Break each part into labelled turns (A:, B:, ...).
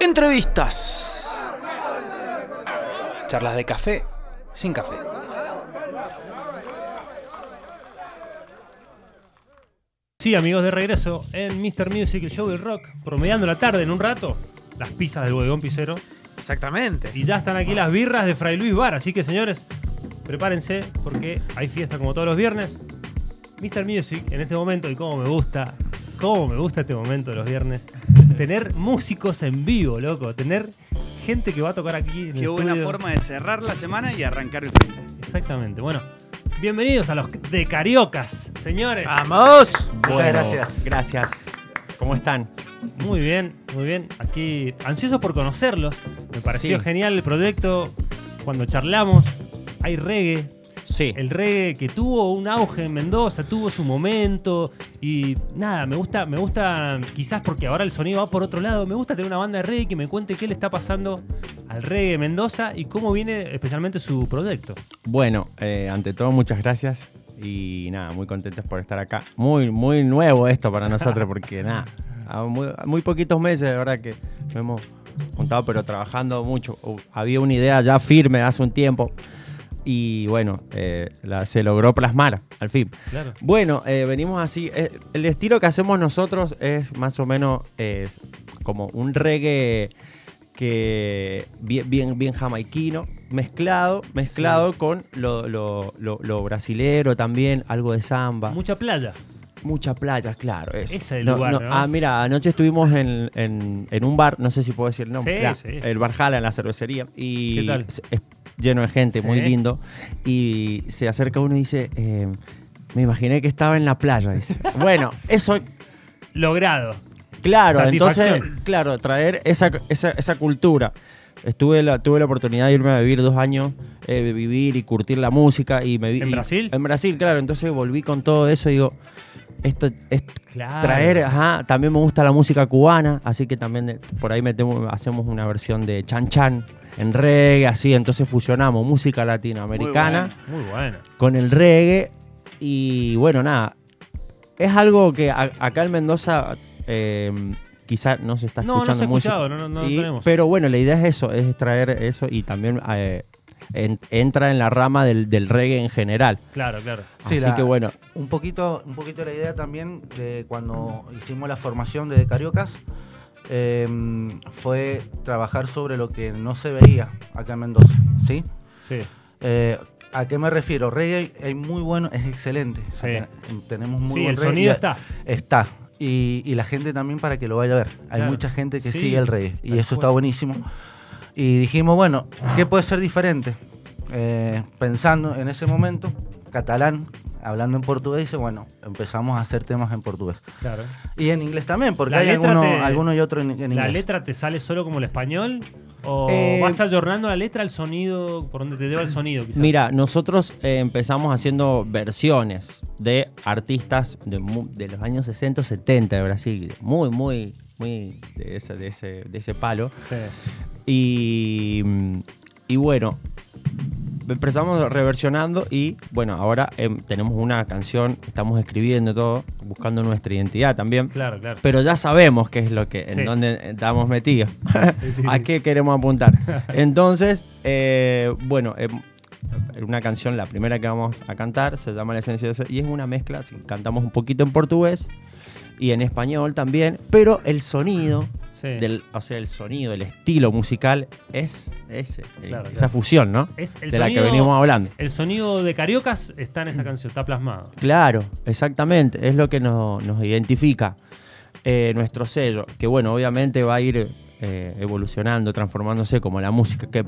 A: Entrevistas.
B: Charlas de café sin café.
C: Sí, amigos, de regreso en Mr. Music, el show del rock, promediando la tarde en un rato, las pizzas del bodegón Picero.
A: Exactamente.
C: Y ya están aquí las birras de Fray Luis Bar, así que señores, prepárense porque hay fiesta como todos los viernes. Mr. Music, en este momento, y cómo me gusta, cómo me gusta este momento de los viernes, tener músicos en vivo, loco, tener gente que va a tocar aquí. En
D: Qué
C: el
D: buena
C: estudio.
D: forma de cerrar la semana y arrancar el fin. de.
C: Exactamente, bueno. Bienvenidos a los de Cariocas, señores.
D: Ah,
A: ¡Vamos!
E: Bueno,
B: gracias.
E: Gracias. ¿Cómo están?
C: Muy bien, muy bien. Aquí, ansioso por conocerlos. Me pareció
E: Sí.
C: genial el proyecto. Cuando charlamos, hay reggae.
E: Sí.
C: El reggae que tuvo un auge en Mendoza, tuvo su momento. Y nada, me gusta, me gusta, quizás porque ahora el sonido va por otro lado. Me gusta tener una banda de reggae que me cuente qué le está pasando al reggae de Mendoza y cómo viene especialmente su proyecto.
E: Bueno, eh, ante todo, muchas gracias. Y nada, muy contentos por estar acá. Muy, muy nuevo esto para nosotros, porque nada, a muy, a muy poquitos meses, de verdad que nos hemos juntado, pero trabajando mucho. Hu- Había una idea ya firme hace un tiempo. Y bueno, eh, la, se logró plasmar, al fin.
C: Claro.
E: Bueno, eh, venimos así. eh, el estilo que hacemos nosotros es más o menos eh, como un reggae que bien, bien, bien jamaiquino, mezclado, mezclado con lo, lo, lo- lo brasilero también, algo de samba.
C: Mucha playa.
E: mucha playa, claro. eso.
C: Ese es el lugar, ¿no?
E: Ah, mira, anoche estuvimos en, en- en un bar, no sé si puedo decir el nombre.
C: Sí,
E: la-
C: sí.
E: El Bar Jala, en la cervecería. Y
C: ¿Qué tal?
E: es- es lleno de gente,
C: Sí.
E: muy lindo. Y se acerca uno y dice, eh, me imaginé que estaba en la playa. dice. bueno, eso,
C: Logrado.
E: claro, entonces,
C: Satisfacción.
E: claro, traer esa, esa, esa cultura. Estuve la, tuve la oportunidad de irme a vivir dos años, eh, de vivir y curtir la música. y me vi-
C: ¿En
E: y-
C: Brasil?
E: En Brasil, claro. Entonces volví con todo eso y digo, esto, esto
C: Claro.
E: traer, ajá, también me gusta la música cubana, así que también eh, por ahí metemos, hacemos una versión de Chan Chan en reggae, así, entonces fusionamos música latinoamericana
D: Muy
C: Muy bueno.
E: con el reggae y bueno, nada, es algo que a- acá en Mendoza eh, quizá no se está
C: No, no se
E: escuchando
C: ha
E: mucho.
C: escuchado, no, no, no lo
E: Y-
C: tenemos.
E: Pero bueno, la idea es eso, es traer eso y también eh, en- entra en la rama del, del reggae en general.
C: Claro, claro.
B: Sí,
E: así
B: la-
E: que bueno,
B: Un poquito, un poquito la idea también de cuando hicimos la formación de Cariocas eh, fue trabajar sobre lo que no se veía acá en Mendoza, ¿sí?
C: Sí.
B: Eh, ¿A qué me refiero? Reggae es muy bueno, es excelente.
C: Sí.
B: Acá tenemos muy
C: sí,
B: buen
C: el
B: reggae y-
C: sonido está.
B: Está. Y, y la gente también para que lo vaya a ver. Hay
C: Claro.
B: mucha gente que
C: Sí,
B: sigue el reggae y
C: tal
B: eso está
C: cual.
B: buenísimo. Y dijimos, bueno, ¿qué puede ser diferente? Eh, pensando en ese momento, catalán, hablando en portugués, dice, bueno, empezamos a hacer temas en portugués.
C: Claro.
B: Y en inglés también, porque
C: La
B: hay
C: letra
B: alguno,
C: te-
B: alguno y otro en, en
C: ¿La
B: inglés.
C: letra te sale solo como el español? ¿O
E: Eh,
C: vas ayornando la letra al sonido, por donde te lleva el sonido? quizás?
E: Mira, nosotros eh, empezamos haciendo versiones de artistas de, mu- de los años 60, 70 de Brasil, muy, muy, muy de ese, de ese, de ese palo.
C: Sí.
E: Y, mm, y bueno, empezamos reversionando y bueno, ahora em, tenemos una canción, estamos escribiendo todo, buscando nuestra identidad también.
C: Claro, claro.
E: Pero ya sabemos qué es lo que, en
C: Sí.
E: dónde estamos metidos,
C: Sí, sí,
E: a
C: sí.
E: qué queremos apuntar. Entonces, eh, bueno, em, una canción, la primera que vamos a cantar, se llama La Esencia de Ser, y es una mezcla, si cantamos un poquito en portugués y en español también, pero el sonido,
C: Sí.
E: del, o sea, el sonido, el estilo musical es ese, eh,
C: Claro,
E: esa
C: claro.
E: fusión, ¿no?
C: Es el
E: de la que
C: sonido-
E: venimos hablando.
C: El sonido de Cariocas está en esta canción, está plasmado.
E: Claro, exactamente, es lo que nos, nos identifica eh, nuestro sello, que bueno, obviamente va a ir eh, evolucionando, transformándose como la música, que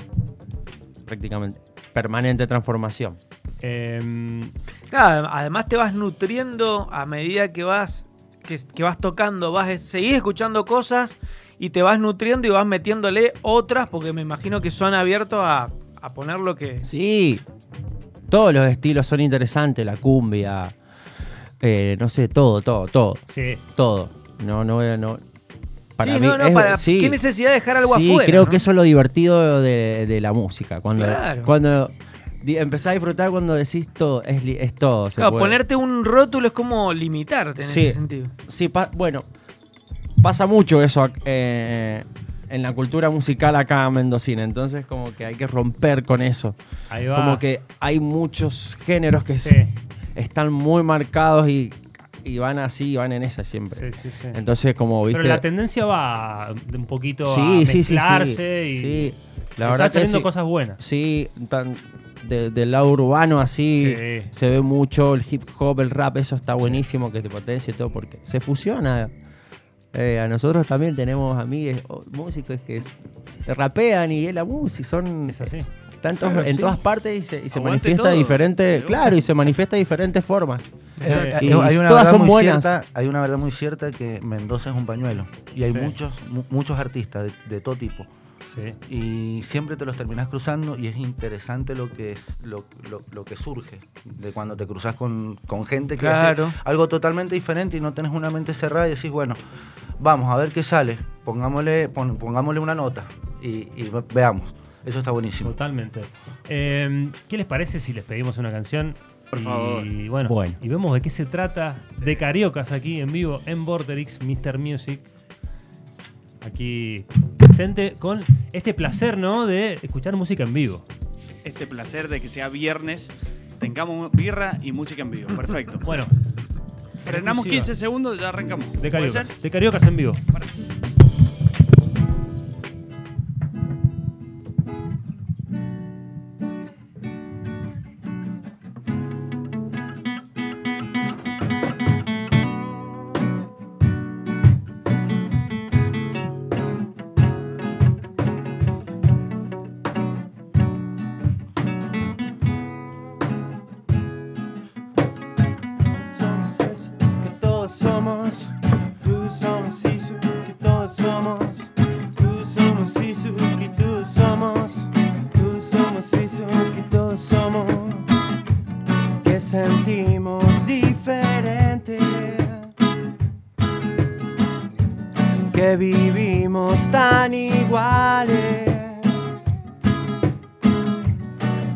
E: prácticamente permanente transformación.
C: Em,
A: Claro, además te vas nutriendo a medida que vas, que, que vas tocando, vas es- seguís escuchando cosas y te vas nutriendo y vas metiéndole otras, porque me imagino que son abiertos a, a poner lo que.
E: Sí, todos los estilos son interesantes, la cumbia, eh, no sé, todo, todo, todo,
C: sí.
E: todo. No, no, eh, no. Para
A: sí,
E: mí
A: no, no,
E: es-
A: para-
E: sí.
A: ¿Qué necesidad de dejar algo
E: sí,
A: afuera?
E: creo
A: no?
E: que eso es lo divertido de, de la música. Cuando,
A: Claro.
E: cuando di- empezás a disfrutar, cuando decís todo, es, li- es todo. se
A: Claro,
E: puede.
A: ponerte un rótulo es como limitarte en
E: Sí.
A: ese sentido.
E: Sí, pa- bueno, pasa mucho eso ac- eh, en la cultura musical acá mendocina. Entonces, como que hay que romper con eso.
C: Ahí va.
E: Como que hay muchos géneros que
C: Sí.
E: están muy marcados y, y van así, y van en esa siempre.
C: Sí, sí, sí.
E: Entonces, como viste.
C: Pero la tendencia va de un poquito
E: sí,
C: a
E: sí, sí, sí.
C: mezclarse y
E: Sí, la
C: están
E: verdad que
C: saliendo
E: sí.
C: cosas buenas.
E: Sí, tan- de- del lado urbano así
C: Sí.
E: se ve mucho el hip hop, el rap, eso está buenísimo que te potencie y todo porque se fusiona. Eh, a nosotros también tenemos amigos o- músicos que s- rapean y es la música, son
C: Es así.
E: es- tantos
D: Claro,
E: en
D: sí.
E: todas partes y se, y se
D: Aguante
E: manifiesta
D: todo.
E: diferente,
D: Pero-
E: claro, y se manifiesta de diferentes formas.
C: Sí.
E: Y
B: Eh, hay una
E: todas
B: verdad
E: son
B: muy
E: buenas.
B: Cierta, hay una verdad muy cierta que Mendoza es un pañuelo. Y hay
C: Sí.
B: muchos, mu- muchos artistas de, de todo tipo.
C: Sí.
B: Y siempre te los terminás cruzando y es interesante lo que es lo, lo- lo que surge de cuando te cruzas con, con gente que hace
A: Claro.
B: algo totalmente diferente y no tenés una mente cerrada y decís, bueno, vamos a ver qué sale, pongámosle, pon- pongámosle una nota y, y ve- veamos. Eso está buenísimo.
C: Totalmente. Eh, ¿Qué les parece si les pedimos una canción?
D: Por
C: y,
D: favor.
C: Bueno,
E: Bueno.
C: y vemos de qué se trata de Cariocas aquí en vivo en Vorterix, Mr. Music. Aquí presente con este placer, ¿no? De escuchar música en vivo.
D: Este placer de que sea viernes, tengamos birra y música en vivo. Perfecto.
C: Bueno,
D: Frenamos
C: exclusiva.
D: 15 segundos y ya arrancamos.
C: de
D: ¿Puede ser?
C: Cariocas. De Cariocas en vivo.
F: somos eso que todos somos. Tú somos Isu, que todos somos. Tú somos Isu, que tú somos. Tú somos Isu, que todos somos. Que sentimos diferente. Que vivimos tan iguales.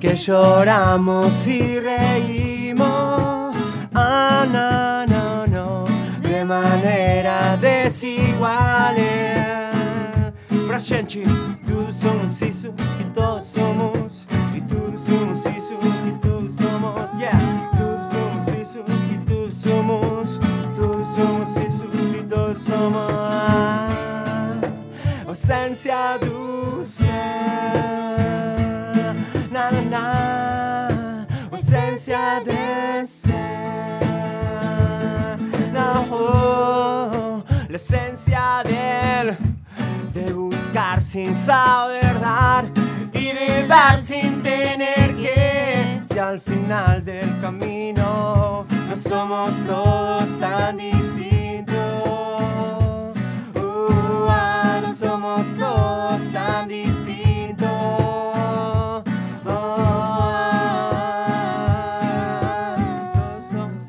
F: que lloramos y reímos. Ah, no, no, no, de manera desigual. Brashenchi, tú somos Isu y todos somos. Y tú somos Isu y tú somos. Yeah, tú somos Isu y tú somos. Tú somos Isu y todos somos. Ausencia dulce. Na, na, na. Ausencia de ser. Na, oh, la esencia del de buscar sin saber dar y de dar sin tener que. Si al final del camino no somos todos tan distintos. Uh, ah, no somos todos tan distintos. Oh, ah. Todos somos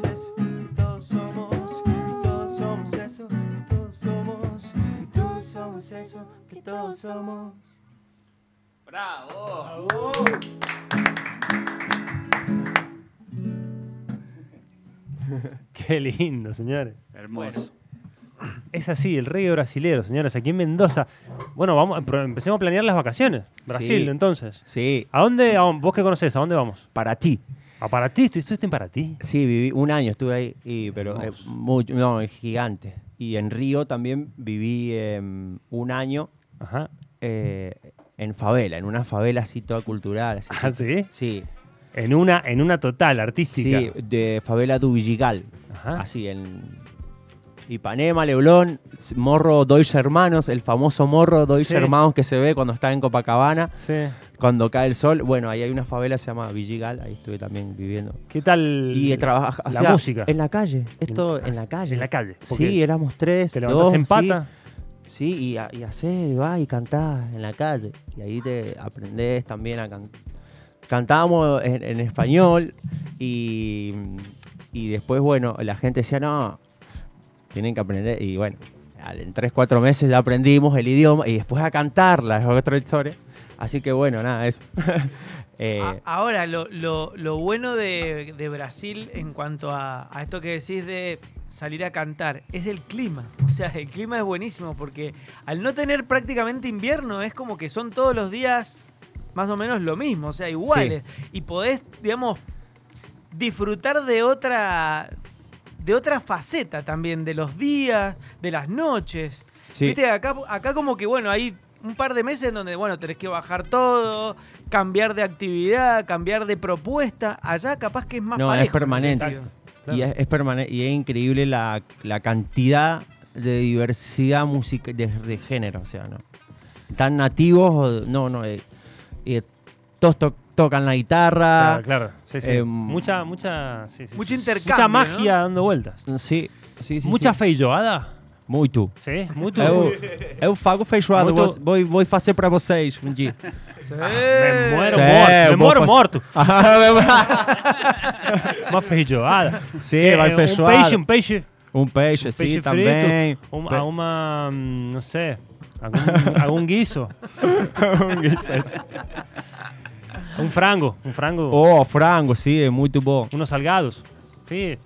F: eso, todos somos, todos somos eso, todos somos, todos somos eso, todos somos, todos somos eso, que todos somos.
D: ¡Bravo!
C: Qué lindo, señores.
D: Hermoso.
C: Es así, el reggae brasilero, señores, aquí en Mendoza. Bueno, vamos, pero empecemos a planear las vacaciones. Brasil,
E: Sí.
C: entonces.
E: Sí,
C: ¿A dónde, a- vos que conocés, a dónde vamos?
E: para ti.
C: ¿A Paraty? ¿Estu- ¿Estuviste en Paraty?
E: Sí, viví un año, estuve ahí, y- pero eh, mucho- no, es gigante. Y en Río también viví em, un año
C: Ajá.
E: eh, en favela, en una favela así toda cultural. así.
C: ¿Ah, sí?
E: Sí,
C: En una, en una total artística.
E: sí, de favela Dubilligal,
C: Ajá.
E: así en Ipanema, Leblón, Morro Deutsche Hermanos, el famoso Morro Deutsche
C: Sí.
E: Hermanos que se ve cuando está en Copacabana,
C: Sí.
E: cuando cae el sol. Bueno, ahí hay una favela, se llama Villigal, ahí estuve también viviendo.
C: ¿Qué tal
E: Y eh, trabaja
C: la
E: o sea,
C: música?
E: En la calle. Esto
C: En-
E: en, la calle.
C: en la calle, porque
E: Sí, éramos tres.
C: ¿Te levantás
E: dos,
C: en
E: sí.
C: pata?
E: Sí, y, ha- y hacés, vas y cantás en la calle. Y ahí te aprendés también a cantar. Cantábamos en, en español y, y después, bueno, la gente decía, no, tienen que aprender. Y bueno, al- en tres, cuatro meses ya aprendimos el idioma y después a cantarla, es otra historia. Así que bueno, nada, eso. Eh,
A: A- Ahora, lo, lo- lo bueno de, de Brasil en cuanto a, a esto que decís de salir a cantar es el clima. O sea, el clima es buenísimo porque al no tener prácticamente invierno es como que son todos los días más o menos lo mismo, o sea, iguales. Y podés, digamos, disfrutar de otra, de otra faceta también, de los días, de las noches.
E: sí.
A: Viste, acá, acá como que, bueno, hay un par de meses en donde, bueno, tenés que bajar todo, cambiar de actividad, cambiar de propuesta. Allá capaz que es más
E: No, es
A: parejo en ese
E: permanente.
A: sentido.
E: Y es, es permane- y es increíble la, la cantidad de diversidad música de, de género, o sea, ¿no? Tan nativos, o- no, no, eh, eh, todos to- tocan la guitarra,
C: Claro, claro. Sí, sí.
E: Em,
C: mucha, mucha. sí, sí, sí.
A: Mucho intercambio,
C: Mucha magia dando vueltas.
E: sí, sí, sí.
C: mucha
E: sí.
C: feijoada.
E: Muito.
C: Sí, mucho.
E: Eu, eu fago feijoada,
C: Muito.
E: vou, vou, vou fazer para vocês um dia.
C: me muero
E: Sí,
C: muerto. Me
E: vos
C: muero
E: pas-
C: muerto.
E: Ah,
C: Más feijoada.
E: sí,
C: Eh,
E: vai
C: un peixe,
E: feijoada.
C: un peixe.
E: Um peixe,
C: peixe
E: sim,
C: frito,
E: também.
C: un-
E: Pe-
C: a um una, mm, no sé, algún, algún guiso.
E: um guiso.
C: Un frango, un frango,
E: Oh, frango, sim, é muito bom.
C: unos salgados. Sí.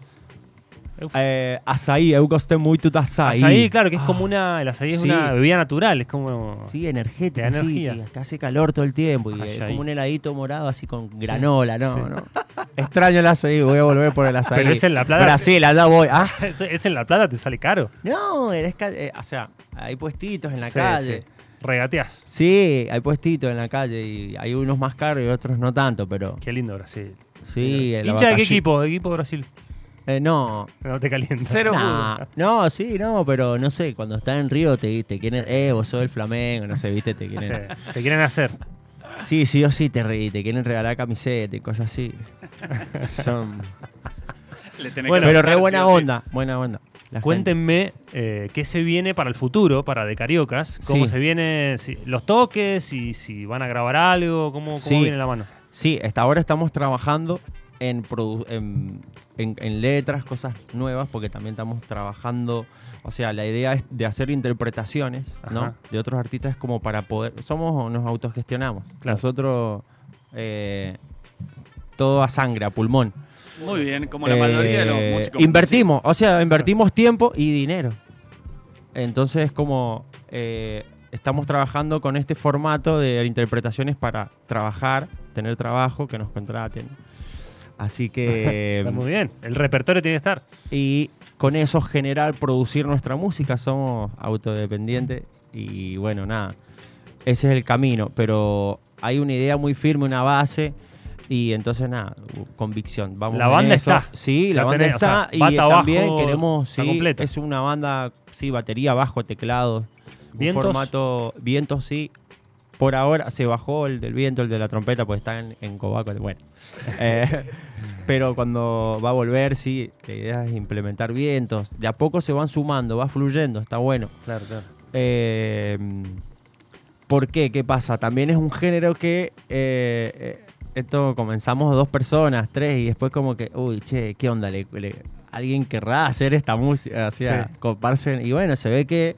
C: Eu-
E: É, açaí, eu gostei muito do açaí.
C: Azaí, claro, que es como una. El azaí es
E: Ah. Sí.
C: una bebida natural, es como.
E: Sí, energético.
C: Te da
E: sí,
C: energía.
E: que hace calor todo el tiempo. Y
C: Ay,
E: es
C: ay.
E: como un heladito morado así con granola, no, no. Extraño el azaí, voy a volver por el azaí.
C: Pero es en La Plata.
E: Brasil, allá voy. Ah,
C: Es, es en La Plata, te sale caro.
E: no, eres ca- eh, o sea, hay puestitos en la
C: Sí,
E: calle.
C: sí. Regateás.
E: Sí, hay puestitos en la calle y hay unos más caros y otros no tanto, pero
C: Qué lindo Brasil.
E: sí. el
C: ¿Hincha de qué
E: abacaxi-
C: equipo? ¿Equipo de Brasil?
E: Eh, no,
C: No te calienta.
A: Cero
E: Nah,
A: fútbol.
E: no, sí, no, pero no sé, cuando estás en Río te, te quieren, eh, vos sos el Flamengo, no sé, viste, te
C: Sí,
E: quieren.
C: Te quieren hacer.
E: Sí, sí o sí te, re- te quieren regalar camiseta y cosas así. Son...
D: Le tenés que
E: Bueno, pero re
D: adaptar, sí
E: buena
D: o sí.
E: onda, buena onda. La gente.
C: Cuéntenme eh, qué se viene para el futuro, para De Cariocas. ¿Cómo
E: Sí.
C: se viene si- los toques? y si van a grabar algo? ¿Cómo, cómo
E: Sí.
C: viene la mano?
E: Sí, hasta ahora estamos trabajando en, produ- en, en- en letras, cosas nuevas, porque también estamos trabajando. O sea, la idea es de hacer interpretaciones, ¿no?
C: Ajá.
E: De otros artistas como para poder. Somos, nos autogestionamos.
C: Claro.
E: Nosotros. eh, todo a sangre, a pulmón.
D: Muy bien, como la mayoría de
E: Eh,
D: los músicos.
E: Invertimos, o sea, invertimos tiempo y dinero. Entonces, como eh, estamos trabajando con este formato de interpretaciones para trabajar, tener trabajo, que nos contraten. Así que. em,
C: Está muy bien. El repertorio tiene que estar.
E: y con eso generar, producir nuestra música. Somos autodependientes y bueno, nada. Ese es el camino, pero hay una idea muy firme, una base y entonces nada, convicción. Vamos
C: La
E: en
C: banda
E: eso.
C: está.
E: Sí, la
C: La
E: banda
C: tenés, o
E: está
C: sea,
E: y
C: bata, bajo,
E: también queremos
C: está
E: sí,
C: completa.
E: es una banda sí, batería, bajo, teclado,
C: Vientos.
E: un formato vientos sí. Por ahora se bajó el del viento, el de la trompeta, porque está en, en Cobaco. Bueno, Eh, pero cuando va a volver, sí, la idea es implementar vientos. De a poco se van sumando, va fluyendo, está bueno.
C: Claro, claro.
E: Eh, ¿Por qué? ¿Qué pasa? También es un género que eh, eh, esto comenzamos dos personas, tres, y después como que, uy, che, ¿qué onda? Le- le- ¿Alguien querrá hacer esta música? O sea,
C: Sí.
E: comparsen. Y bueno, se ve que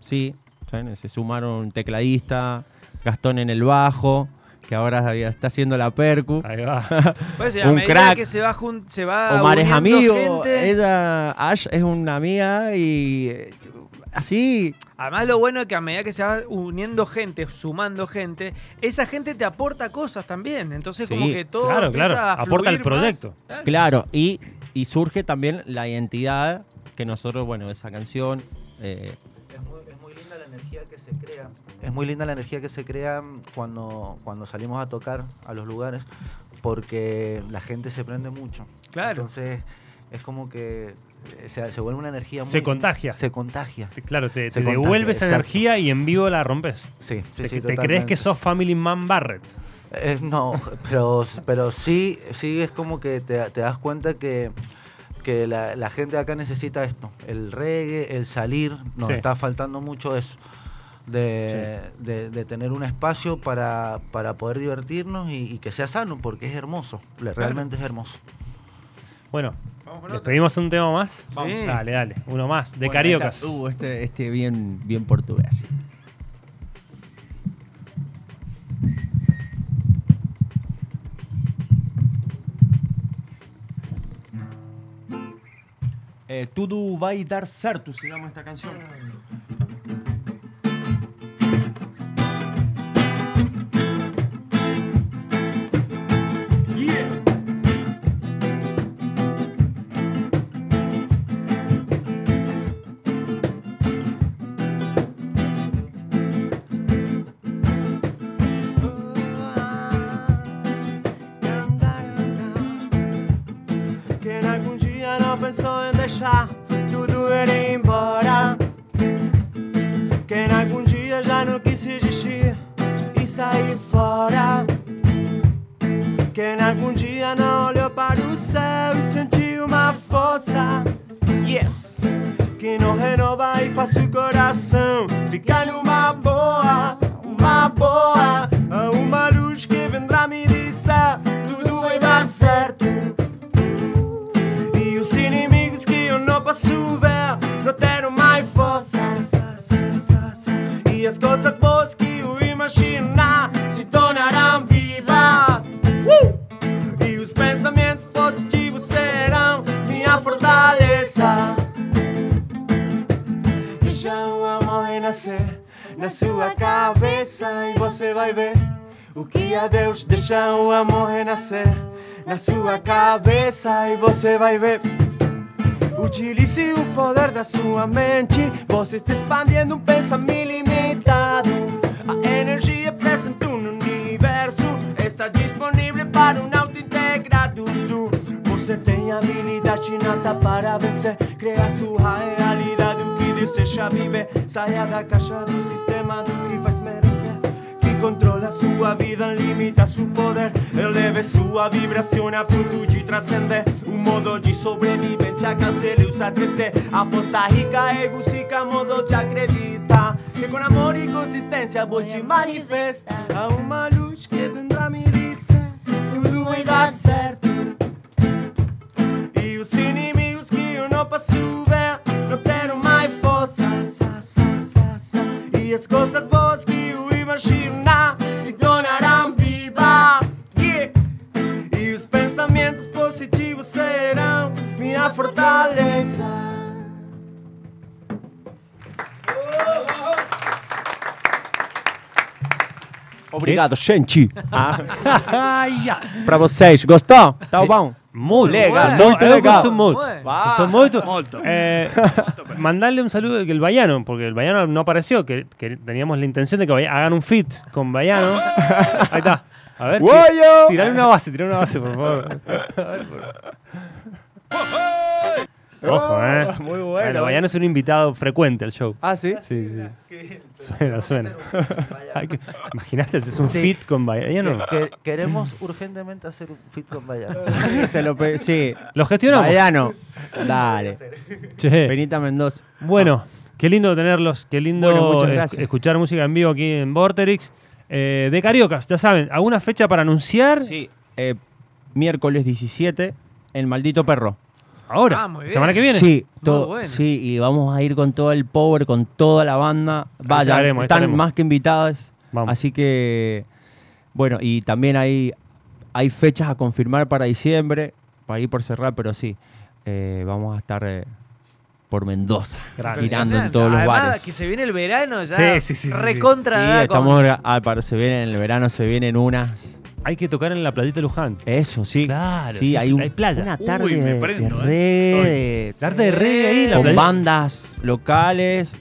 E: sí, ¿saben? se sumaron un tecladista, Gastón en el bajo, que ahora está haciendo la percu.
C: Ahí va.
A: Por eso, Pues, a
E: Un
A: medida
E: crack.
A: que se va, jun- se va
E: Omar es
A: Ah, uniendo
E: amigo,
A: gente.
E: ella, Ash es una amiga y eh, así,
A: Además, lo bueno es que a medida que se va uniendo gente, sumando gente, esa gente te aporta cosas también. Entonces,
E: Sí,
A: como que todo.
C: claro,
A: empieza
C: claro.
A: a
C: Aporta al
A: fluir más.
C: proyecto.
E: Claro, y, y surge también la identidad que nosotros, bueno, esa canción. eh,
B: Es muy, es muy linda la energía que se crea. Es muy linda la energía que se crea cuando, cuando salimos a tocar a los lugares, porque la gente se prende mucho.
A: Claro.
B: Entonces es como que eh, se, se vuelve una energía muy
C: Se contagia.
B: Se contagia.
C: Te- Claro, te,
B: Se
C: te
B: contagia,
C: devuelve esa
B: exacto.
C: energía y en vivo la rompes.
B: Sí, sí,
C: te
B: sí,
C: te crees que
B: totalmente.
C: sos Family Man Barrett.
B: Eh, no, pero, pero sí, sí es como que te, te das cuenta que, que la, la gente de acá necesita esto. El reggae, el salir, nos
C: Sí.
B: está faltando mucho eso. De, de- de tener un espacio para, para poder divertirnos y, y que sea sano, porque es hermoso, le- realmente es hermoso.
C: Bueno, les pedimos un tema más.
A: Vamos.
C: Dale, dale. Uno más. De
E: bueno,
C: Cariocas.
E: esta- uh, este, este bien, bien portugués.
F: Eh, Tudo vai dar certo, se llama esta canción. Yeah. Que en algún día no pensó en dejar tudo ir embora. Que en algún día ya no quis resistir y sair fora. Que en algún día no olhou para o céu y sentiu una força. Yes! Que não renova e faz o coração ficar numa boa, uma boa. Há uma luz que vendrá me dizer: tudo vai dar certo. E os inimigos que eu não posso ver Não terão mais força E as coisas boas que eu imaginar Se tornarão vivas Uh! E os pensamentos positivos serão Minha fortaleza Deixa o amor renascer na sua cabeça E você vai ver o que é Deus Deixa o amor renascer na sua cabeça E você vai ver Utilize o poder da sua mente Você está expandindo um pensamento ilimitado A energia presente no universo Está disponível para um auto-integrado Você tem habilidade nata para vencer Criar sua realidade, o que deseja viver Saia da caixa do sistema, do que faz merecer que controla sua vida, limita seu poder, eleve sua vibração a ponto de transcender um modo de sobrevivência, cancele os atrestes, a força rica, ego, sica, modo de acreditar, que com amor e consistência vou te manifestar, há uma luz que vendrá me dizer, tudo vai dar certo, e os inimigos que eu não posso ver Não terão mais força sa, sa, sa, sa. E as coisas boas que eu imaginar Se tornarão vivas yeah. E os pensamentos positivos serão Minha fortaleza
E: Obrigado, gente.
C: Ai, ya.
E: Ah. Pra vocês. Gostou? Tá bom?
C: Muito
E: Legal,
C: muito
E: muito
C: eu
E: legal.
C: gosto muito.
A: Muito.
C: Gostou muito.
D: Molto.
C: Eh, mandarle un saludo al Baiano, porque el Baiano no apareció, que, que teníamos la intención de que Baiano- hagan un fit con Baiano. Ahí está. A ver, ti-
E: Guayo.
C: tirar una base, tirar una base, por favor. A ver, por- Ojo, eh.
E: Muy bueno.
C: Bueno, Baiano es un invitado frecuente al show.
E: Ah, sí.
C: Sí, sí. Suena, suena. Ay, que- Imaginaste, es un
B: Sí.
C: fit con Baiano.
B: Que- que- queremos urgentemente hacer un fit con Bayano.
E: Se lo pe- sí.
C: Lo gestionamos.
E: Mariano. Dale.
C: Che.
E: Benita Mendoza.
C: Bueno, qué lindo tenerlos, qué lindo
E: Ah. Bueno, muchas
C: es-
E: gracias.
C: escuchar música en vivo aquí en Vorterix. Eh, de Cariocas, ya saben, ¿alguna fecha para anunciar?
E: Sí. eh, miércoles 17, El Maldito Perro.
C: Ahora,
A: Ah, muy bien.
C: semana que viene.
E: Sí,
A: Muy
E: to-
A: bueno.
E: sí, y vamos a ir con todo el power, con toda la banda. Vaya,
C: estaremos, ahí
E: están
C: estaremos.
E: más que invitadas.
C: Vamos.
E: Así que, bueno, y también hay, hay fechas a confirmar para diciembre, para ir por cerrar, pero sí, eh, vamos a estar eh, por Mendoza,
C: Grande.
E: girando en todos los
A: Además,
E: bares.
A: que se viene el verano ya.
C: Sí, sí, sí, sí,
A: recontra.
E: Sí,
A: da con-
E: estamos, ah, para- se vienen en el verano, se vienen unas.
C: Hay que tocar en la playita Luján.
E: Eso, sí.
C: Claro,
E: sí,
C: sí,
E: hay, un-
C: hay playa.
E: una
D: Uy,
E: tarde
D: me
E: de
D: prendo, eh.
E: re-
C: Darte de reggae ahí en la
E: con
C: playita.
E: bandas locales.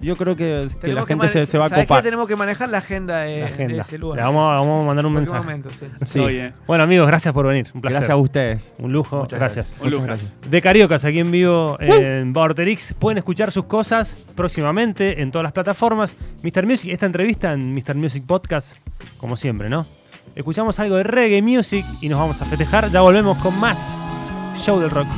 E: Yo creo que, que
A: Tenemos
E: la
A: que
E: gente se,
A: mane-
E: se va a
A: ¿sabés qué?
E: copar.
A: Tenemos que manejar la agenda de,
C: La
A: de
C: agenda.
A: ese lugar.
C: Le vamos, a- vamos a mandar un
A: En cualquier
C: mensaje.
A: momento, sí.
E: Sí.
D: Estoy, eh.
C: Bueno, amigos, gracias por venir. Un placer.
E: Gracias a ustedes.
C: Un lujo. gracias.
D: Un lujo.
C: De Cariocas, aquí en vivo en Vorterix. Pueden escuchar sus cosas próximamente en todas las plataformas. Mr. Music, esta entrevista en Mr. Music Podcast, como siempre, ¿no? Escuchamos algo de reggae music y nos vamos a festejar. Ya volvemos con más Show del Rock.